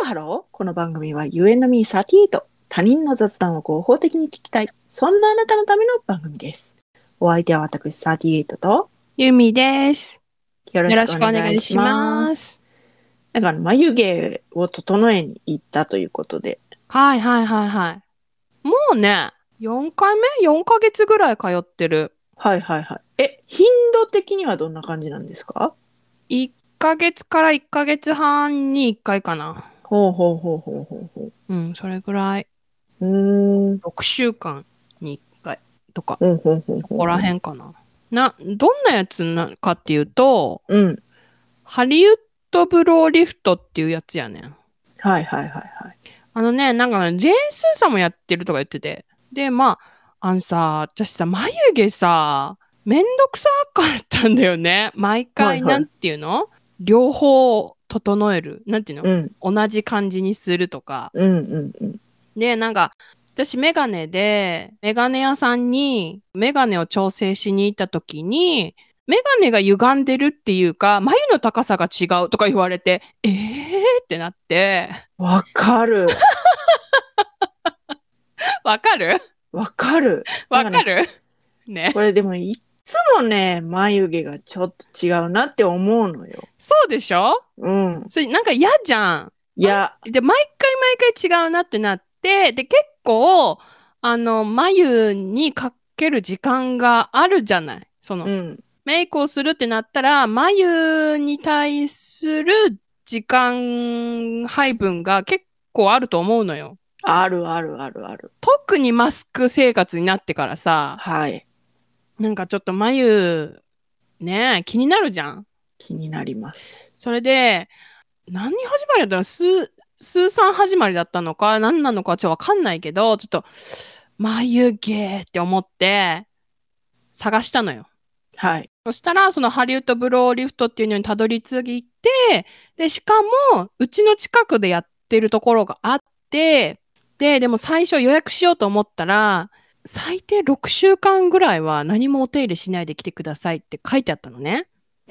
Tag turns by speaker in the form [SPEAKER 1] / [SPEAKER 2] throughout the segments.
[SPEAKER 1] ロハローこの番組は You and me38 他人の雑談を合法的に聞きたいそんなあなたのための番組ですお相手は私38と
[SPEAKER 2] ゆみです。
[SPEAKER 1] よろ
[SPEAKER 2] よろし
[SPEAKER 1] し
[SPEAKER 2] く
[SPEAKER 1] く
[SPEAKER 2] お
[SPEAKER 1] お
[SPEAKER 2] 願
[SPEAKER 1] 願
[SPEAKER 2] い
[SPEAKER 1] い
[SPEAKER 2] し
[SPEAKER 1] し
[SPEAKER 2] ま
[SPEAKER 1] ます
[SPEAKER 2] す。
[SPEAKER 1] だから眉毛を整えに行ったということで
[SPEAKER 2] はいはいはいはい。もうね、4回目 ?4 ヶ月ぐらい通ってる。
[SPEAKER 1] はいはいはいえ頻度的にはどんな感じなんですか
[SPEAKER 2] 1ヶ月から1ヶ月半に1回かな。
[SPEAKER 1] ほうほうほうほうほうほ
[SPEAKER 2] うん、それぐらい。
[SPEAKER 1] ううーん
[SPEAKER 2] 6週間に1回とか、
[SPEAKER 1] ほうほうほうほう
[SPEAKER 2] ここら辺かな。な、どんなやつなのかっていうと、
[SPEAKER 1] うん
[SPEAKER 2] ハリウッドブローリフトっていうやつやねん。
[SPEAKER 1] はいはいはいはい
[SPEAKER 2] あのね、なんかね、ジェーン・スーさんもやってるとか言ってて。で、まあ、あのさ、私さ、眉毛さ、めんどくさかったんだよね。毎回、
[SPEAKER 1] はいはい
[SPEAKER 2] なんていうの両方整える。なんていう
[SPEAKER 1] う
[SPEAKER 2] の、
[SPEAKER 1] ん
[SPEAKER 2] 同じ感じにするとか。
[SPEAKER 1] うんうんうん
[SPEAKER 2] で、なんか、私、メガネで、メガネ屋さんに、メガネを調整しに行った時に、メガネが歪んでるっていうか、眉の高さが違うとか言われて、えーってなって、
[SPEAKER 1] わかる
[SPEAKER 2] わかる
[SPEAKER 1] わかる
[SPEAKER 2] わかるね。
[SPEAKER 1] これでもいっつもね眉毛がちょっと違うなって思うのよ。
[SPEAKER 2] そうでしょ
[SPEAKER 1] うん。
[SPEAKER 2] それなんか嫌じゃ
[SPEAKER 1] いや、
[SPEAKER 2] ん。で、毎回毎回違うなってなって、で、結構、あの、眉にかける時間があるじゃない。その、
[SPEAKER 1] うん。
[SPEAKER 2] メイクをするってなったら、眉に対する時間配分が結構あると思うのよ。
[SPEAKER 1] あるあるあるある。
[SPEAKER 2] 特にマスク生活になってからさ、
[SPEAKER 1] はい。
[SPEAKER 2] なんかちょっと眉、ねえ、気になるじゃん。
[SPEAKER 1] 気になります。
[SPEAKER 2] それで、何始まりだったら、スー、スーさん始まりだったのか、何なのかちょっとわかんないけど、ちょっと、眉毛って思って、探したのよ。
[SPEAKER 1] はい。
[SPEAKER 2] そしたら、そのハリウッドブローリフトっていうのにたどり着いて、で、しかも、うちの近くでやってるところがあって、で、でも最初予約しようと思ったら、最低6週間ぐらいは何もお手入れしないで来てくださいって書いてあったのね。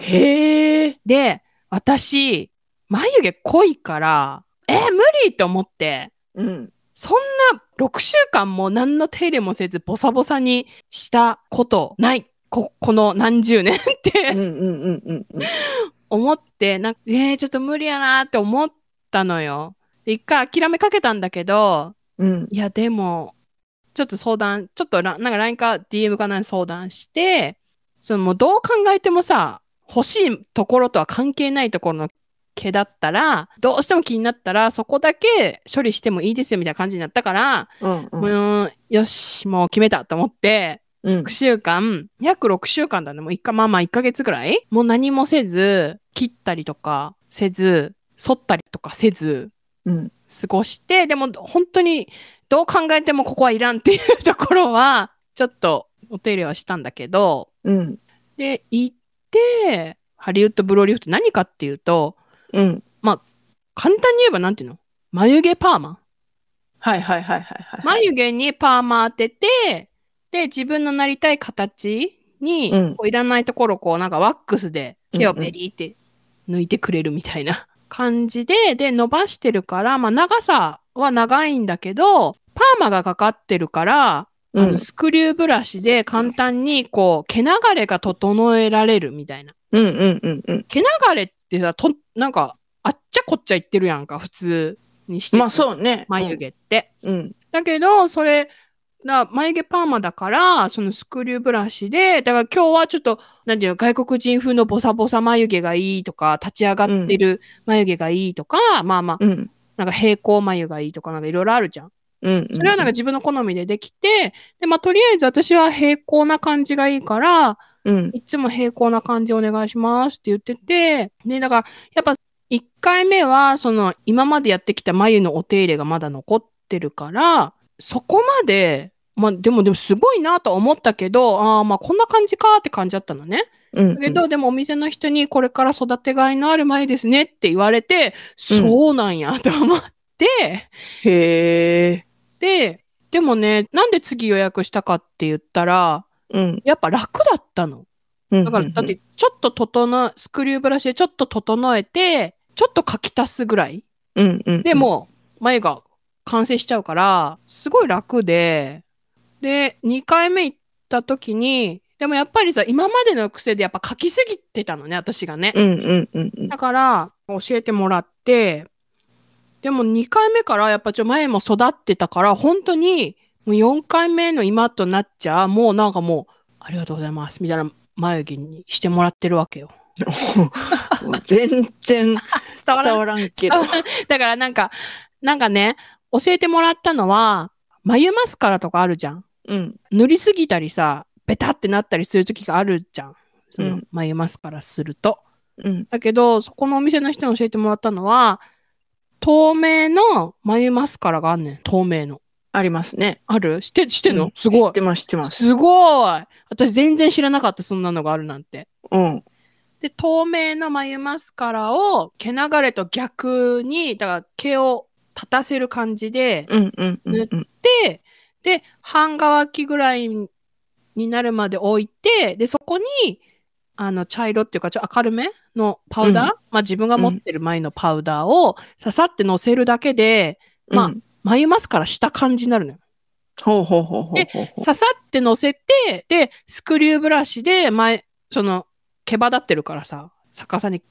[SPEAKER 1] へえ。
[SPEAKER 2] で、私、眉毛濃いから、えー無理と思って、
[SPEAKER 1] うん。
[SPEAKER 2] そんな6週間も何の手入れもせずボサボサにしたことない。こ、この何十年っ
[SPEAKER 1] うん
[SPEAKER 2] て
[SPEAKER 1] うんうんうんうん。
[SPEAKER 2] 思って、なんか、えーちょっと無理やなって思ったのよ。で一回諦めかけたんだけど、
[SPEAKER 1] うん。
[SPEAKER 2] いや、でも、ちょっと相談、ちょっとラなんか LINE か DM かなんか相談して、そのもうどう考えてもさ、欲しいところとは関係ないところの毛だったら、どうしても気になったら、そこだけ処理してもいいですよみたいな感じになったから、
[SPEAKER 1] うんう。
[SPEAKER 2] うんーん、よし、もう決めたと思って、
[SPEAKER 1] うん
[SPEAKER 2] 6。週間、約6週間だね、もう一か、まあまあ1ヶ月ぐらいもう何もせず、切ったりとかせず、剃ったりとかせず、
[SPEAKER 1] うん。
[SPEAKER 2] 過ごして、でも本当にどう考えてもここはいらんっていうところは、ちょっとお手入れはしたんだけど、
[SPEAKER 1] うん。
[SPEAKER 2] で、行って、ハリウッドブローリフト何かっていうと、
[SPEAKER 1] うん。
[SPEAKER 2] 簡単に言えばなんていうの眉毛パーマ。
[SPEAKER 1] はいはいはいはい はい。
[SPEAKER 2] 眉毛にパーマ当てて、で、自分のなりたい形に、
[SPEAKER 1] うん
[SPEAKER 2] こういらないところをこうなんかワックスで毛をベリーって抜いてくれるみたいな 感じで、で、伸ばしてるから、まあ長さは長いんだけど、パーマがかかってるから、あ
[SPEAKER 1] う
[SPEAKER 2] の
[SPEAKER 1] ん。
[SPEAKER 2] スクリューブラシで簡単にこう毛流れが整えられるみたいな。
[SPEAKER 1] うんうんうんうん。
[SPEAKER 2] 毛流れってさ、となんかあっちゃこっちゃ言ってるやんか、普通にして
[SPEAKER 1] まあ
[SPEAKER 2] う。
[SPEAKER 1] そうね。
[SPEAKER 2] 眉毛って。
[SPEAKER 1] うん。
[SPEAKER 2] だけど、それ、だ眉毛パーマだから、そのスクリューブラシで、だから今日はちょっと、なんていうの、外国人風のボサボサ眉毛がいいとか、立ち上がってる眉毛がいいとか、まあまあ、
[SPEAKER 1] うん。うん。
[SPEAKER 2] なんか平行眉がいいとか、なんかいろいろあるじゃん。
[SPEAKER 1] うん。
[SPEAKER 2] それはなんか自分の好みでできて、で、まあとりあえず私は平行な感じがいいから、
[SPEAKER 1] うん。
[SPEAKER 2] いつも平行な感じお願いしますって言ってて、で、だから、やっぱ、1回目は、その、今までやってきた眉のお手入れがまだ残ってるから、そこまで、まあ、でも、でも、すごいなとは思ったけど、ああ、まあ、こんな感じかって感じだったのね。
[SPEAKER 1] うん。
[SPEAKER 2] だけど、でも、お店の人に、これから育てがいのある眉ですねって言われて、そうなんやと思って、
[SPEAKER 1] へえ。
[SPEAKER 2] で、でもね、なんで次予約したかって言ったら、
[SPEAKER 1] うん。
[SPEAKER 2] やっぱ楽だったの。
[SPEAKER 1] うん
[SPEAKER 2] だから、だっ、て、ちょっと整え、スクリューブラシでちょっと整えて、ちょっと書き足すぐらい
[SPEAKER 1] うんうん。
[SPEAKER 2] で、もう眉が完成しちゃうから、すごい楽で、で、2回目行った時に、でもやっぱりさ、今までの癖でやっぱ書きすぎてたのね、私がね。
[SPEAKER 1] うんうんうんうん。
[SPEAKER 2] だから、教えてもらって、でも2回目からやっぱちょ、前も育ってたから、本当に、もう4回目の今となっちゃ、もうなんかもう、ありがとうございます、みたいな眉毛にしてもらってるわけよ。
[SPEAKER 1] 全然
[SPEAKER 2] 伝わ
[SPEAKER 1] 伝
[SPEAKER 2] らない
[SPEAKER 1] わらんけど。
[SPEAKER 2] だからなんか、なんかね、教えてもらったのは、眉マスカラとかあるじゃん。
[SPEAKER 1] うん。
[SPEAKER 2] 塗りすぎたりさ、ベタってなったりする時があるじゃん。そうの
[SPEAKER 1] ん
[SPEAKER 2] 眉マスカラすると。
[SPEAKER 1] うん。
[SPEAKER 2] だけど、そこのお店の人に教えてもらったのは、透明の眉マスカラがあんねん。透明の。
[SPEAKER 1] ありますね。
[SPEAKER 2] ある知って、知ってんの、
[SPEAKER 1] うん
[SPEAKER 2] すご
[SPEAKER 1] 知
[SPEAKER 2] い
[SPEAKER 1] って。ます、知ってます。
[SPEAKER 2] すごい私全然知らなかった、そんなのがあるなんて。
[SPEAKER 1] うん。
[SPEAKER 2] で、透明の眉マスカラを毛流れと逆に、だから毛を立たせる感じで、
[SPEAKER 1] うんうんうんうん。
[SPEAKER 2] で、で、半乾きぐらいになるまで置いて、で、そこに、あの、茶色っていうか、ちょっと明るめのパウダー、
[SPEAKER 1] うん
[SPEAKER 2] まあ自分が持ってる眉のパウダーをささって乗せるだけで、まあ
[SPEAKER 1] うん、
[SPEAKER 2] 眉マスカラした感じになるのよ。
[SPEAKER 1] ほうほうほうほうほうほ
[SPEAKER 2] ささって乗せて、で、スクリューブラシで、前、その、毛羽立ってるからさ、逆さに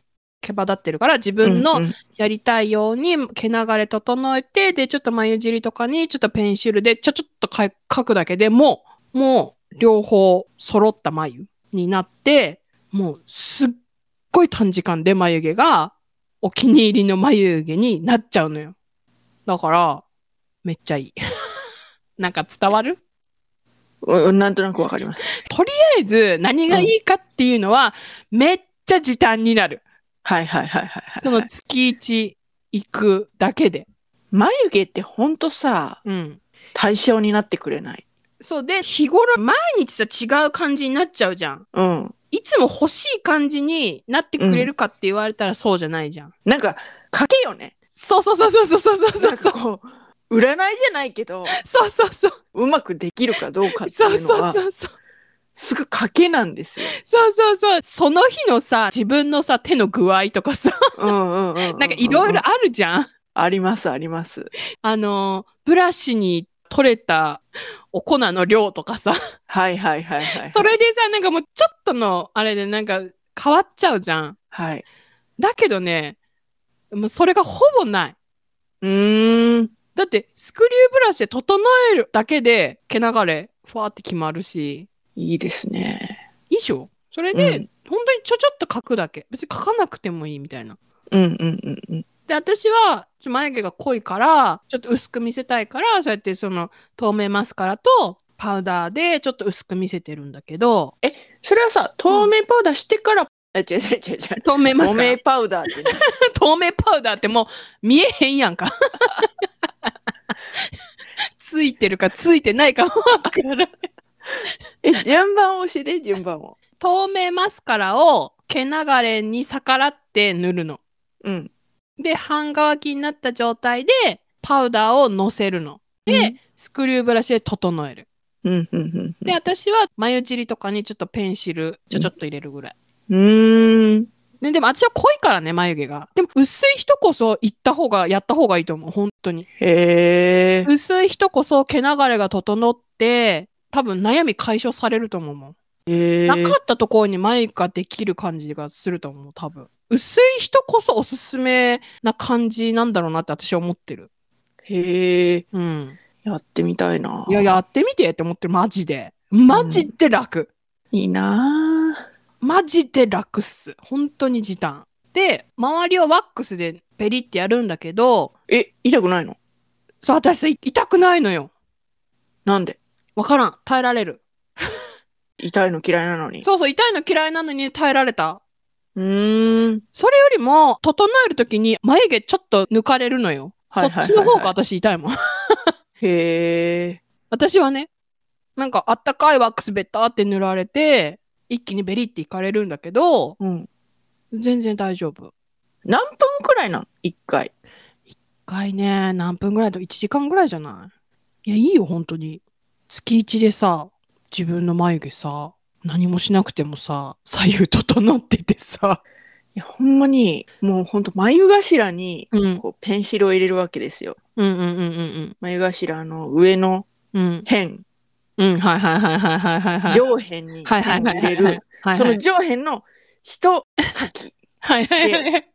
[SPEAKER 2] 毛羽立ってるから、自
[SPEAKER 1] う。
[SPEAKER 2] 分の
[SPEAKER 1] うんうん
[SPEAKER 2] やりたいように毛流れ整えて、で、ちょっと眉尻とかにちょっとペンシルでちょちょっとか描くだけでもう、もう両方揃った眉になって、もうすっごい短時間で眉毛がお気に入りの眉毛になっちゃうのよ。だから、めっちゃいい。 なんか伝わると
[SPEAKER 1] うんなんとなくわかります。
[SPEAKER 2] りあえず何がいいかっていうのは、めっちゃ時短になる。
[SPEAKER 1] はいはいはいはいはい。
[SPEAKER 2] その月1行くだけで。
[SPEAKER 1] 眉毛ってほんとさ、
[SPEAKER 2] うん。
[SPEAKER 1] 対象になってくれない。
[SPEAKER 2] そうで日頃毎日さ違う感じになっちゃうじゃん
[SPEAKER 1] うん。
[SPEAKER 2] いつも欲しい感じになってくれるかって言われたらそうじゃないじゃん、
[SPEAKER 1] なんか、賭けよね。
[SPEAKER 2] そうそうそうそうそうそうそう
[SPEAKER 1] なん
[SPEAKER 2] そ
[SPEAKER 1] か
[SPEAKER 2] う
[SPEAKER 1] こう、占いじゃないけど、
[SPEAKER 2] そうそうそう
[SPEAKER 1] うまくできるかどうかって
[SPEAKER 2] そう
[SPEAKER 1] いうの
[SPEAKER 2] そう
[SPEAKER 1] は、
[SPEAKER 2] そうそう
[SPEAKER 1] すぐ賭けなんですよ。
[SPEAKER 2] そうそうそうその日のさ自分のさ手の具合とかさ
[SPEAKER 1] うんうんうんうん。
[SPEAKER 2] なんかいろいろあるじゃん
[SPEAKER 1] ありますあります。
[SPEAKER 2] あのブラシに取れたお粉の量とかさ
[SPEAKER 1] はいはいはいはい。
[SPEAKER 2] それでさなんかもうちょっとのあれでなんか変わっちゃうじゃん
[SPEAKER 1] はい。
[SPEAKER 2] だけどねもうそれがほぼないう
[SPEAKER 1] ーん。
[SPEAKER 2] だってスクリューブラシで整えるだけで毛流れふわーって決まるし
[SPEAKER 1] いいですね。
[SPEAKER 2] いいでしょそれで、本当にちょちょっと描くだけ別に描かなくてもいいみたいな
[SPEAKER 1] うん、うんうんうんうん。
[SPEAKER 2] で私はちょ眉毛が濃いからちょっと薄く見せたいからそうやってその透明マスカラとパウダーでちょっと薄く見せてるんだけど
[SPEAKER 1] それはさ、透明パウダーしてから、え違う違う違う違う。
[SPEAKER 2] 透明マ
[SPEAKER 1] 透
[SPEAKER 2] スカラ
[SPEAKER 1] 明パウダーってね
[SPEAKER 2] 透明パウダーってもう見えへんやん かついてるかついてないかわからん
[SPEAKER 1] え、順番を教えて、順番を。
[SPEAKER 2] 透明マスカラを毛流れに逆らって塗るの。
[SPEAKER 1] うん。
[SPEAKER 2] で、半乾きになった状態でパウダーをのせるの。で、スクリューブラシで整える。
[SPEAKER 1] うん、うん、うん
[SPEAKER 2] で、私は眉尻とかにちょっとペンシルちょちょっと入れるぐらい。
[SPEAKER 1] うん。うーん。
[SPEAKER 2] ね、でも私は濃いからね、眉毛が。でも薄い人こそ行った方が、やった方がいいと思う。本当に。
[SPEAKER 1] へえ。
[SPEAKER 2] 薄い人こそ毛流れが整って、多分悩み解消されると思うもん。
[SPEAKER 1] へえ。
[SPEAKER 2] なかったところに眉ができる感じがすると思う、多分。薄い人こそおすすめな感じなんだろうなって私は思ってる。
[SPEAKER 1] へえ。
[SPEAKER 2] うん。
[SPEAKER 1] やってみたいな。
[SPEAKER 2] いや、やってみてって思ってる、マジで。マジで楽。
[SPEAKER 1] いいなあ
[SPEAKER 2] マジで楽っす。本当に時短。で、周りをワックスでペリってやるんだけど、
[SPEAKER 1] え、痛くないの
[SPEAKER 2] そう、私さ、い痛くないのよ。
[SPEAKER 1] なんで
[SPEAKER 2] わからん。耐えられる。
[SPEAKER 1] 痛いの嫌いなのに。
[SPEAKER 2] そうそう、痛いの嫌いなのに耐えられた。
[SPEAKER 1] うーん。
[SPEAKER 2] それよりも、整えるときに眉毛ちょっと抜かれるのよ。
[SPEAKER 1] は
[SPEAKER 2] そ
[SPEAKER 1] いはいはいは
[SPEAKER 2] っ
[SPEAKER 1] い
[SPEAKER 2] ちの方が私痛いもん。
[SPEAKER 1] へえ。
[SPEAKER 2] 私はね、なんかあったかいワックスベターって塗られて、一気にベリっていかれるんだけど、
[SPEAKER 1] うん。
[SPEAKER 2] 全然大丈夫。
[SPEAKER 1] 何分くらいなん一回。
[SPEAKER 2] 一回ね、何分ぐらいだと1時間ぐらいじゃないいや、いいよ、本当に。月1でさ、自分の眉毛さ、何もしなくてもさ、左右整っててさ、
[SPEAKER 1] や、ほんまに、もうほんと眉頭に、
[SPEAKER 2] うん。
[SPEAKER 1] こう、ペンシルを入れるわけですよ。
[SPEAKER 2] うんうんうんうん
[SPEAKER 1] 眉頭の上の
[SPEAKER 2] うん。うん。
[SPEAKER 1] 辺、
[SPEAKER 2] うん。はいはいはいはいはいはいはい。
[SPEAKER 1] 上辺に
[SPEAKER 2] はいは
[SPEAKER 1] 線
[SPEAKER 2] い
[SPEAKER 1] を
[SPEAKER 2] はい
[SPEAKER 1] 入
[SPEAKER 2] はい
[SPEAKER 1] れ
[SPEAKER 2] はい
[SPEAKER 1] る、
[SPEAKER 2] はい。
[SPEAKER 1] その上辺の一書き、
[SPEAKER 2] はいはいはい。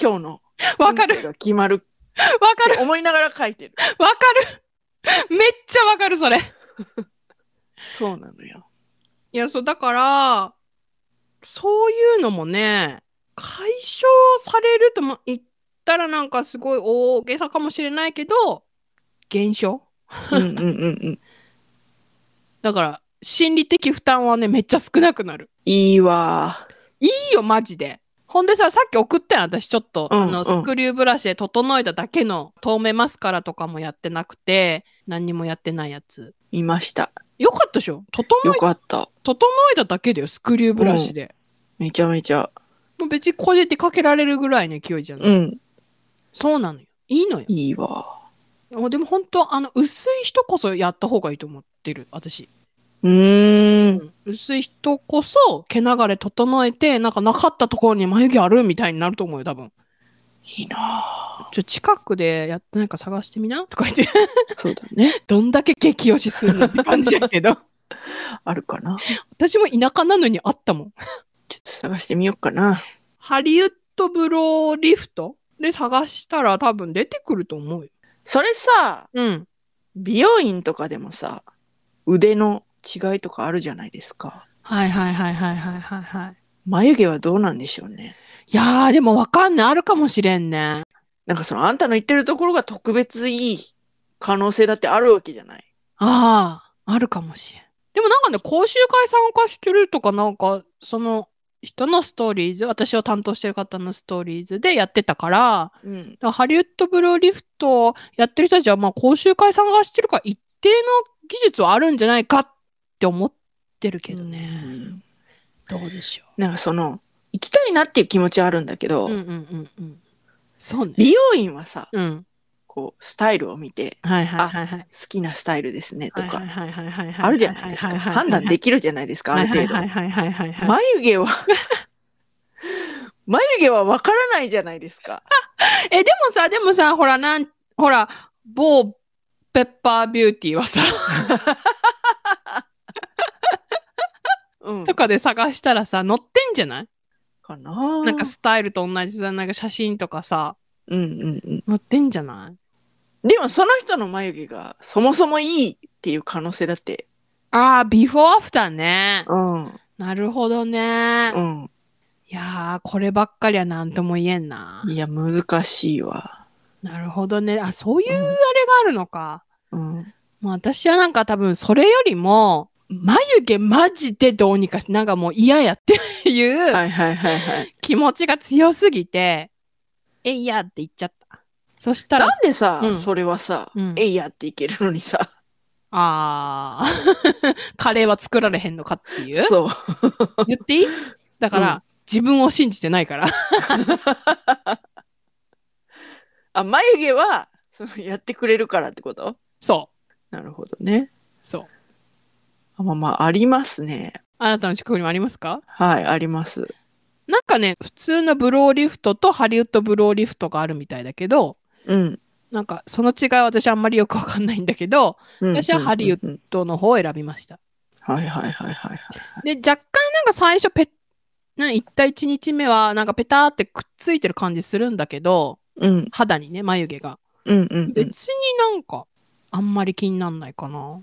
[SPEAKER 1] 今日の
[SPEAKER 2] わか
[SPEAKER 1] 運勢
[SPEAKER 2] る。
[SPEAKER 1] が決まる
[SPEAKER 2] わ
[SPEAKER 1] っ
[SPEAKER 2] かる。
[SPEAKER 1] て思いながら書いてる。
[SPEAKER 2] わかる。めっちゃわかる、それ。
[SPEAKER 1] そうなのよ。
[SPEAKER 2] いや、そう、だから、そういうのもね、解消されるとも言ったらなんかすごい大げさかもしれないけど、減少
[SPEAKER 1] うんうんうんうん。
[SPEAKER 2] だから、心理的負担はね、めっちゃ少なくなる。
[SPEAKER 1] いいわ
[SPEAKER 2] いいよ、マジで。ほんでさ、さっき送ったやん、私ちょっと、
[SPEAKER 1] うん
[SPEAKER 2] あ
[SPEAKER 1] う
[SPEAKER 2] の、
[SPEAKER 1] ん
[SPEAKER 2] スクリューブラシで整えただけの透明マスカラとかもやってなくて、何にもやってないやつ。
[SPEAKER 1] ー。いました。
[SPEAKER 2] よかったでしょ整え
[SPEAKER 1] よ、かった。
[SPEAKER 2] 整えただけだよ、スクリューブラシで。
[SPEAKER 1] めちゃめちゃ。
[SPEAKER 2] もう別にこれで出かけられるぐらいの勢いじゃない。
[SPEAKER 1] うん。
[SPEAKER 2] そうなのよ。いいのよ。
[SPEAKER 1] いいわ
[SPEAKER 2] おでも本当あの薄い人こそやった方がいいと思ってる私、
[SPEAKER 1] ー。うーん。
[SPEAKER 2] 薄い人こそ毛流れ整えてなんかなかったところに眉毛あるみたいになると思うよ多分
[SPEAKER 1] いいな
[SPEAKER 2] ちょ近くでやってないか探してみなとか言って
[SPEAKER 1] ーそうだね。
[SPEAKER 2] どんだけ激推しするのって感じやけ ど
[SPEAKER 1] あるかな。
[SPEAKER 2] 私も田舎なのにあったもん
[SPEAKER 1] ちょっと探してみようかな。
[SPEAKER 2] ハリウッドブローリフトで探したら多分出てくると思うよ
[SPEAKER 1] それさ、
[SPEAKER 2] うん
[SPEAKER 1] 美容院とかでもさ、腕の違いとかあるじゃないですか。
[SPEAKER 2] はいはいはいはいはいはいはい
[SPEAKER 1] 眉毛はどうなんでしょうね。
[SPEAKER 2] いやーでもわかんないあるかもしれんね
[SPEAKER 1] なんかそのあんたの言ってるところが特別いい可能性だってあるわけじゃない。
[SPEAKER 2] ああ、あるかもしれん。でもなんかね、講習会参加してるとか、なんか、その人のストーリーズ、私を担当してる方のストーリーズでやってたから、だか
[SPEAKER 1] うん。
[SPEAKER 2] らハリウッドブルーリフトやってる人たちは、まあ、講習会参加してるから、一定の技術はあるんじゃないかって思ってるけど
[SPEAKER 1] う
[SPEAKER 2] ね。
[SPEAKER 1] ん
[SPEAKER 2] どうでしょ
[SPEAKER 1] なんかその、行きたいなっていう気持ちはあるんだけど、
[SPEAKER 2] う。うんうんうんうん。そうね。
[SPEAKER 1] 美容院はさ、
[SPEAKER 2] うん。
[SPEAKER 1] こう、スタイルを見て、
[SPEAKER 2] はいはいはいはい。
[SPEAKER 1] 好きなスタイルですねとか、
[SPEAKER 2] はいはいはいはいはいはい。
[SPEAKER 1] あるじゃないですか。判断
[SPEAKER 2] き
[SPEAKER 1] できるじゃないですか、ある程度
[SPEAKER 2] は。いはいはいはいはいはい。
[SPEAKER 1] 眉毛は 眉毛はわからないじゃないですか。
[SPEAKER 2] え、でもさ、でもさ、ほら、なん、ほら、某ペッパービューティーはさ、
[SPEAKER 1] うん
[SPEAKER 2] と、かで探したらさ、載ってんじゃない
[SPEAKER 1] かな
[SPEAKER 2] なんかスタイルと同じさ、なんか写真とかさ、
[SPEAKER 1] うんうんうん。
[SPEAKER 2] 載ってんじゃない
[SPEAKER 1] でもその人の眉毛がそもそもいいっていう可能性だって。
[SPEAKER 2] ああ、ビフォーアフターね。
[SPEAKER 1] うん。うん。
[SPEAKER 2] なるほどね。いやー、こればっかりはなんとも言えんな。
[SPEAKER 1] いや、難しいわ。
[SPEAKER 2] なるほどね。あ、そういうあれがあるのか。
[SPEAKER 1] うん。
[SPEAKER 2] もう私はなんか多分それよりも、眉毛マジでどうにかし、なんかもう嫌やっていう、
[SPEAKER 1] はいはいはいはい。
[SPEAKER 2] 気持ちが強すぎて、えいやって言っちゃった。そしたら
[SPEAKER 1] なん、でさ、
[SPEAKER 2] うん
[SPEAKER 1] それはさ、
[SPEAKER 2] うん
[SPEAKER 1] えいやっていけるのにさ、
[SPEAKER 2] あー、 カレーは作られへんのかっていう。
[SPEAKER 1] そう。
[SPEAKER 2] 言っていいだから、
[SPEAKER 1] う
[SPEAKER 2] 自分を信じてないから。
[SPEAKER 1] あ、眉毛は、その、やってくれるからってこと
[SPEAKER 2] そ
[SPEAKER 1] なるほどね。
[SPEAKER 2] う。そう。
[SPEAKER 1] あまあまあ、ありますね。
[SPEAKER 2] あなたの近くにもありますか
[SPEAKER 1] はい、あります。
[SPEAKER 2] なんかね、普通のブローリフトとハリウッドブローリフトがあるみたいだけど、
[SPEAKER 1] うん。
[SPEAKER 2] なんかその違いは私あんまりよくわかんないんだけど、私はハリウッ
[SPEAKER 1] ド。うん
[SPEAKER 2] どの方を選びました。
[SPEAKER 1] はいはいはいはいはい。
[SPEAKER 2] で、若干なんか最初ペ、なん行った1日目はなんかペターってくっついてる感じするんだけど、
[SPEAKER 1] うん
[SPEAKER 2] 肌にね眉毛が
[SPEAKER 1] うんうんうん
[SPEAKER 2] 別になんかあんまり気になんないかな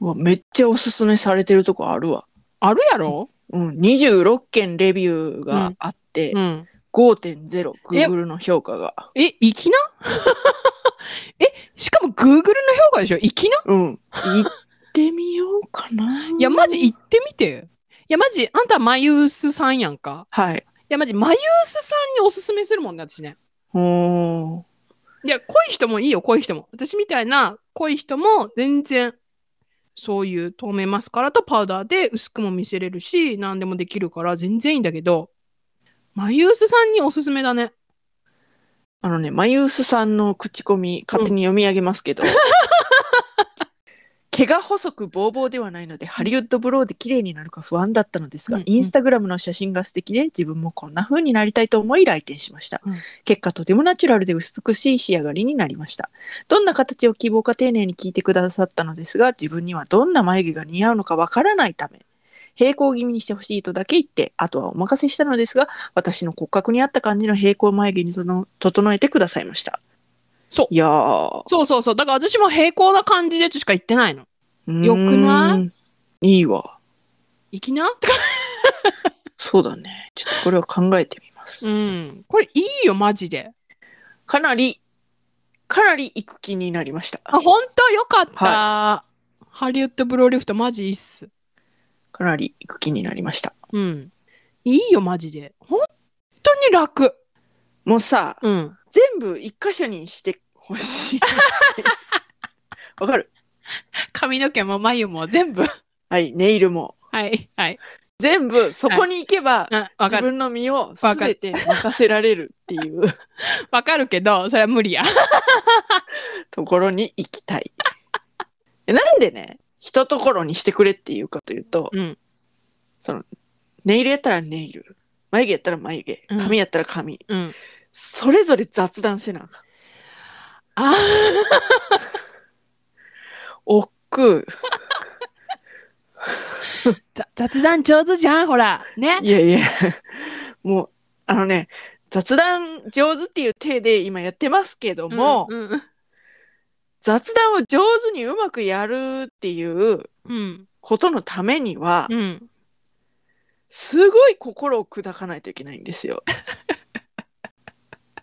[SPEAKER 1] うわ。めっちゃおすすめされてるとこあるわ。
[SPEAKER 2] あるやろ
[SPEAKER 1] うん、26件レビューがあって、
[SPEAKER 2] うん
[SPEAKER 1] 5.0、Google の評価が。
[SPEAKER 2] え粋な えしかも Google の評価でしょ粋な
[SPEAKER 1] うん。行ってみようかな。
[SPEAKER 2] いやマジ行ってみていやマジあんた眉薄さんやんか
[SPEAKER 1] はい。
[SPEAKER 2] いやマジ眉薄さんにおすすめするもんね私ね
[SPEAKER 1] おー
[SPEAKER 2] いや濃い人もいいよ濃い人も私みたいな濃い人も全然そういう透明マスカラとパウダーで薄くも見せれるし何でもできるから全然いいんだけど眉薄さんにおすすめだね
[SPEAKER 1] あ のね、マユースさんの口コミ、勝手に読み上げますけど、毛が細くボーボーではないので、ハリウッドブローで綺麗になるか不安だったのですが、
[SPEAKER 2] うんうん
[SPEAKER 1] インスタグラムの写真が素敵で、自分もこんな風になりたいと思い来店しました。
[SPEAKER 2] うん
[SPEAKER 1] 結果、とてもナチュラルで美しい仕上がりになりました。どんな形を希望か丁寧に聞いてくださったのですが、自分にはどんな眉毛が似合うのかわからないため、平行気味にしてほしいとだけ言って、あとはお任せしたのですが、私の骨格に合った感じの平行眉毛にその整えてくださいました。
[SPEAKER 2] そう
[SPEAKER 1] いやー。
[SPEAKER 2] そうそうそう。だから私も平行な感じでとしか言ってないの。よくない
[SPEAKER 1] いいわ。
[SPEAKER 2] いきな
[SPEAKER 1] そうだね。ちょっとこれは考えてみます。
[SPEAKER 2] うん。これいいよ、マジで。
[SPEAKER 1] かなり、かなり行く気になりました。
[SPEAKER 2] あ、本当よかった、ハリウッドブローリフトマジいいっす。
[SPEAKER 1] かなり行く気になりました。
[SPEAKER 2] うん。いいよ、マジで。本当に楽。
[SPEAKER 1] もうさ、
[SPEAKER 2] うん。
[SPEAKER 1] 全部一箇所にしてほし い。わかる
[SPEAKER 2] 髪の毛も眉も全部。
[SPEAKER 1] はい、ネイルも。
[SPEAKER 2] はい、はい。
[SPEAKER 1] 全部そこに行けば、
[SPEAKER 2] うん、わか
[SPEAKER 1] 自
[SPEAKER 2] る。
[SPEAKER 1] 分の身を全て任せられるっていう
[SPEAKER 2] わかるけど、それは無理や。
[SPEAKER 1] ところに行きたい。 えなんでね、一ところにしてくれっていうかというと、
[SPEAKER 2] うん。
[SPEAKER 1] そのネイルやったらネイル眉毛やったら眉毛
[SPEAKER 2] うん
[SPEAKER 1] 髪やったら髪、
[SPEAKER 2] うん。
[SPEAKER 1] それぞれ雑談せなあかん
[SPEAKER 2] あ
[SPEAKER 1] おっく
[SPEAKER 2] ー雑談上手じゃん、ほら。ね。
[SPEAKER 1] いやいやもうあのね雑談上手っていう体で今やってますけども、
[SPEAKER 2] うん、うん。
[SPEAKER 1] 雑談を上手にうまくやるっていう
[SPEAKER 2] うん。
[SPEAKER 1] ことのためには、
[SPEAKER 2] うん。
[SPEAKER 1] すごい心を砕かないといけないんですよ。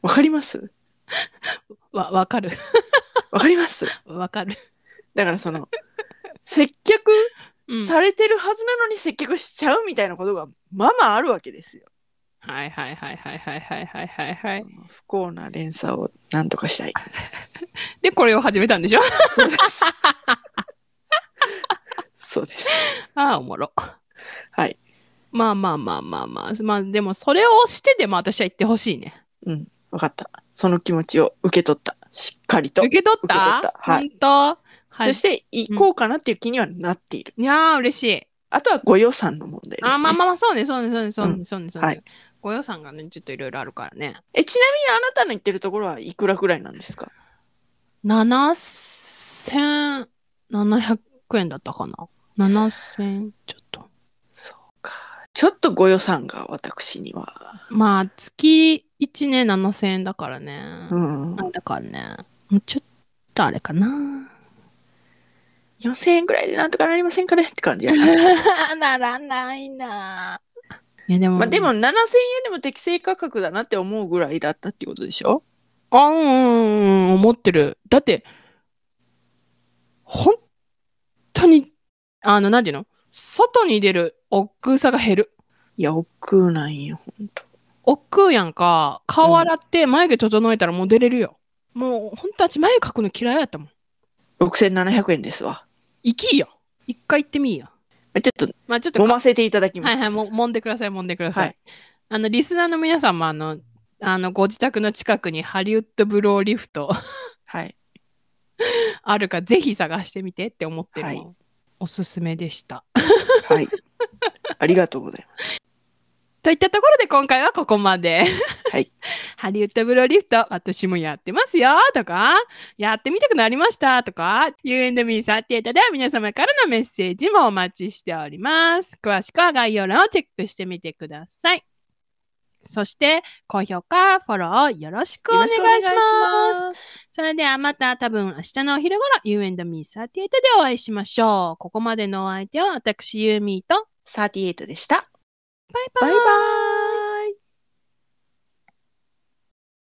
[SPEAKER 1] わかります
[SPEAKER 2] わ、わかる。
[SPEAKER 1] わかります
[SPEAKER 2] わかる。
[SPEAKER 1] だからその接客
[SPEAKER 2] うん
[SPEAKER 1] されてるはずなのに接客しちゃうみたいなことがまあまああるわけですよ。
[SPEAKER 2] はいはいはいはいはいはいはいはいはい。
[SPEAKER 1] その不幸な連鎖をなんとかしたい。
[SPEAKER 2] で、これを始めたんでしょ
[SPEAKER 1] そうです。そうです。
[SPEAKER 2] ああ、おもろ。
[SPEAKER 1] はい。
[SPEAKER 2] まあまあまあまあまあ。まあでも、それをしてでも私は言ってほしいね。
[SPEAKER 1] うん。わかった。その気持ちを受け取った。しっかりと
[SPEAKER 2] 受。け取った
[SPEAKER 1] 受け取ったはい
[SPEAKER 2] 本当はい
[SPEAKER 1] そして行こうかなっていう気にはなっている。
[SPEAKER 2] いやー、嬉しい。
[SPEAKER 1] あとはご予算の問題です、ね。
[SPEAKER 2] あーまあまあまあ、そうね、そうね、そうね、そう
[SPEAKER 1] う
[SPEAKER 2] ね、そうね、そう
[SPEAKER 1] はい
[SPEAKER 2] ね。ご予算がね、ちょっといろいろあるからね。
[SPEAKER 1] えちなみにあなたの言ってるところはいくらぐらいなんですか
[SPEAKER 2] 7700円だったかな。7000ちょっと。
[SPEAKER 1] そうか。ちょっとご予算が私には。
[SPEAKER 2] まあ、月1年7000円だからね。
[SPEAKER 1] うん。
[SPEAKER 2] なんだからね。もうちょっとあれかな。
[SPEAKER 1] 4000円ぐらいでなんとかなりませんかねって感じや な。
[SPEAKER 2] ならないな。いやでも、
[SPEAKER 1] まあでも、7000円でも適正価格だなって思うぐらいだったってことでしょ
[SPEAKER 2] あ、うんうんうん、思ってる。だって、本当に、あの、なんていうの外に出る億劫さが減る。
[SPEAKER 1] いや、億劫なんよ、ほんと。
[SPEAKER 2] 億劫やんか、顔洗って眉毛整えたらもう出れるよ。もう、本当私眉描くの嫌いやったもん。
[SPEAKER 1] 6700円ですわ。
[SPEAKER 2] 行きよ。一回行ってみいよ。
[SPEAKER 1] まあちょっ
[SPEAKER 2] まあちょっ
[SPEAKER 1] と、
[SPEAKER 2] と
[SPEAKER 1] 揉ませていただきます。
[SPEAKER 2] はいはい、も揉んでください、揉んでください。
[SPEAKER 1] はい
[SPEAKER 2] あの、リスナーの皆さんも、あの、あのご自宅の近くにハリウッドブローリフト
[SPEAKER 1] はい。
[SPEAKER 2] あるか、ぜひ探してみてって思ってるの、
[SPEAKER 1] はい
[SPEAKER 2] おすすめでした。
[SPEAKER 1] はい。ありがとうござい ます。
[SPEAKER 2] といったところで今回はここまで。
[SPEAKER 1] はい。
[SPEAKER 2] ハリウッドブローリフト、私もやってますよとか、やってみたくなりましたとか、U&Me38 では皆様からのメッセージもお待ちしております。詳しくは概要欄をチェックしてみてください。そして、高評価、フォローよろしくお願いします。
[SPEAKER 1] す。
[SPEAKER 2] それではまた多分明日のお昼頃 U&Me38 でお会いしましょう。ここまでのお相手は私ユーミーと
[SPEAKER 1] 38でした。
[SPEAKER 2] バイ
[SPEAKER 1] バ
[SPEAKER 2] バ
[SPEAKER 1] イバ
[SPEAKER 2] イ
[SPEAKER 1] イ。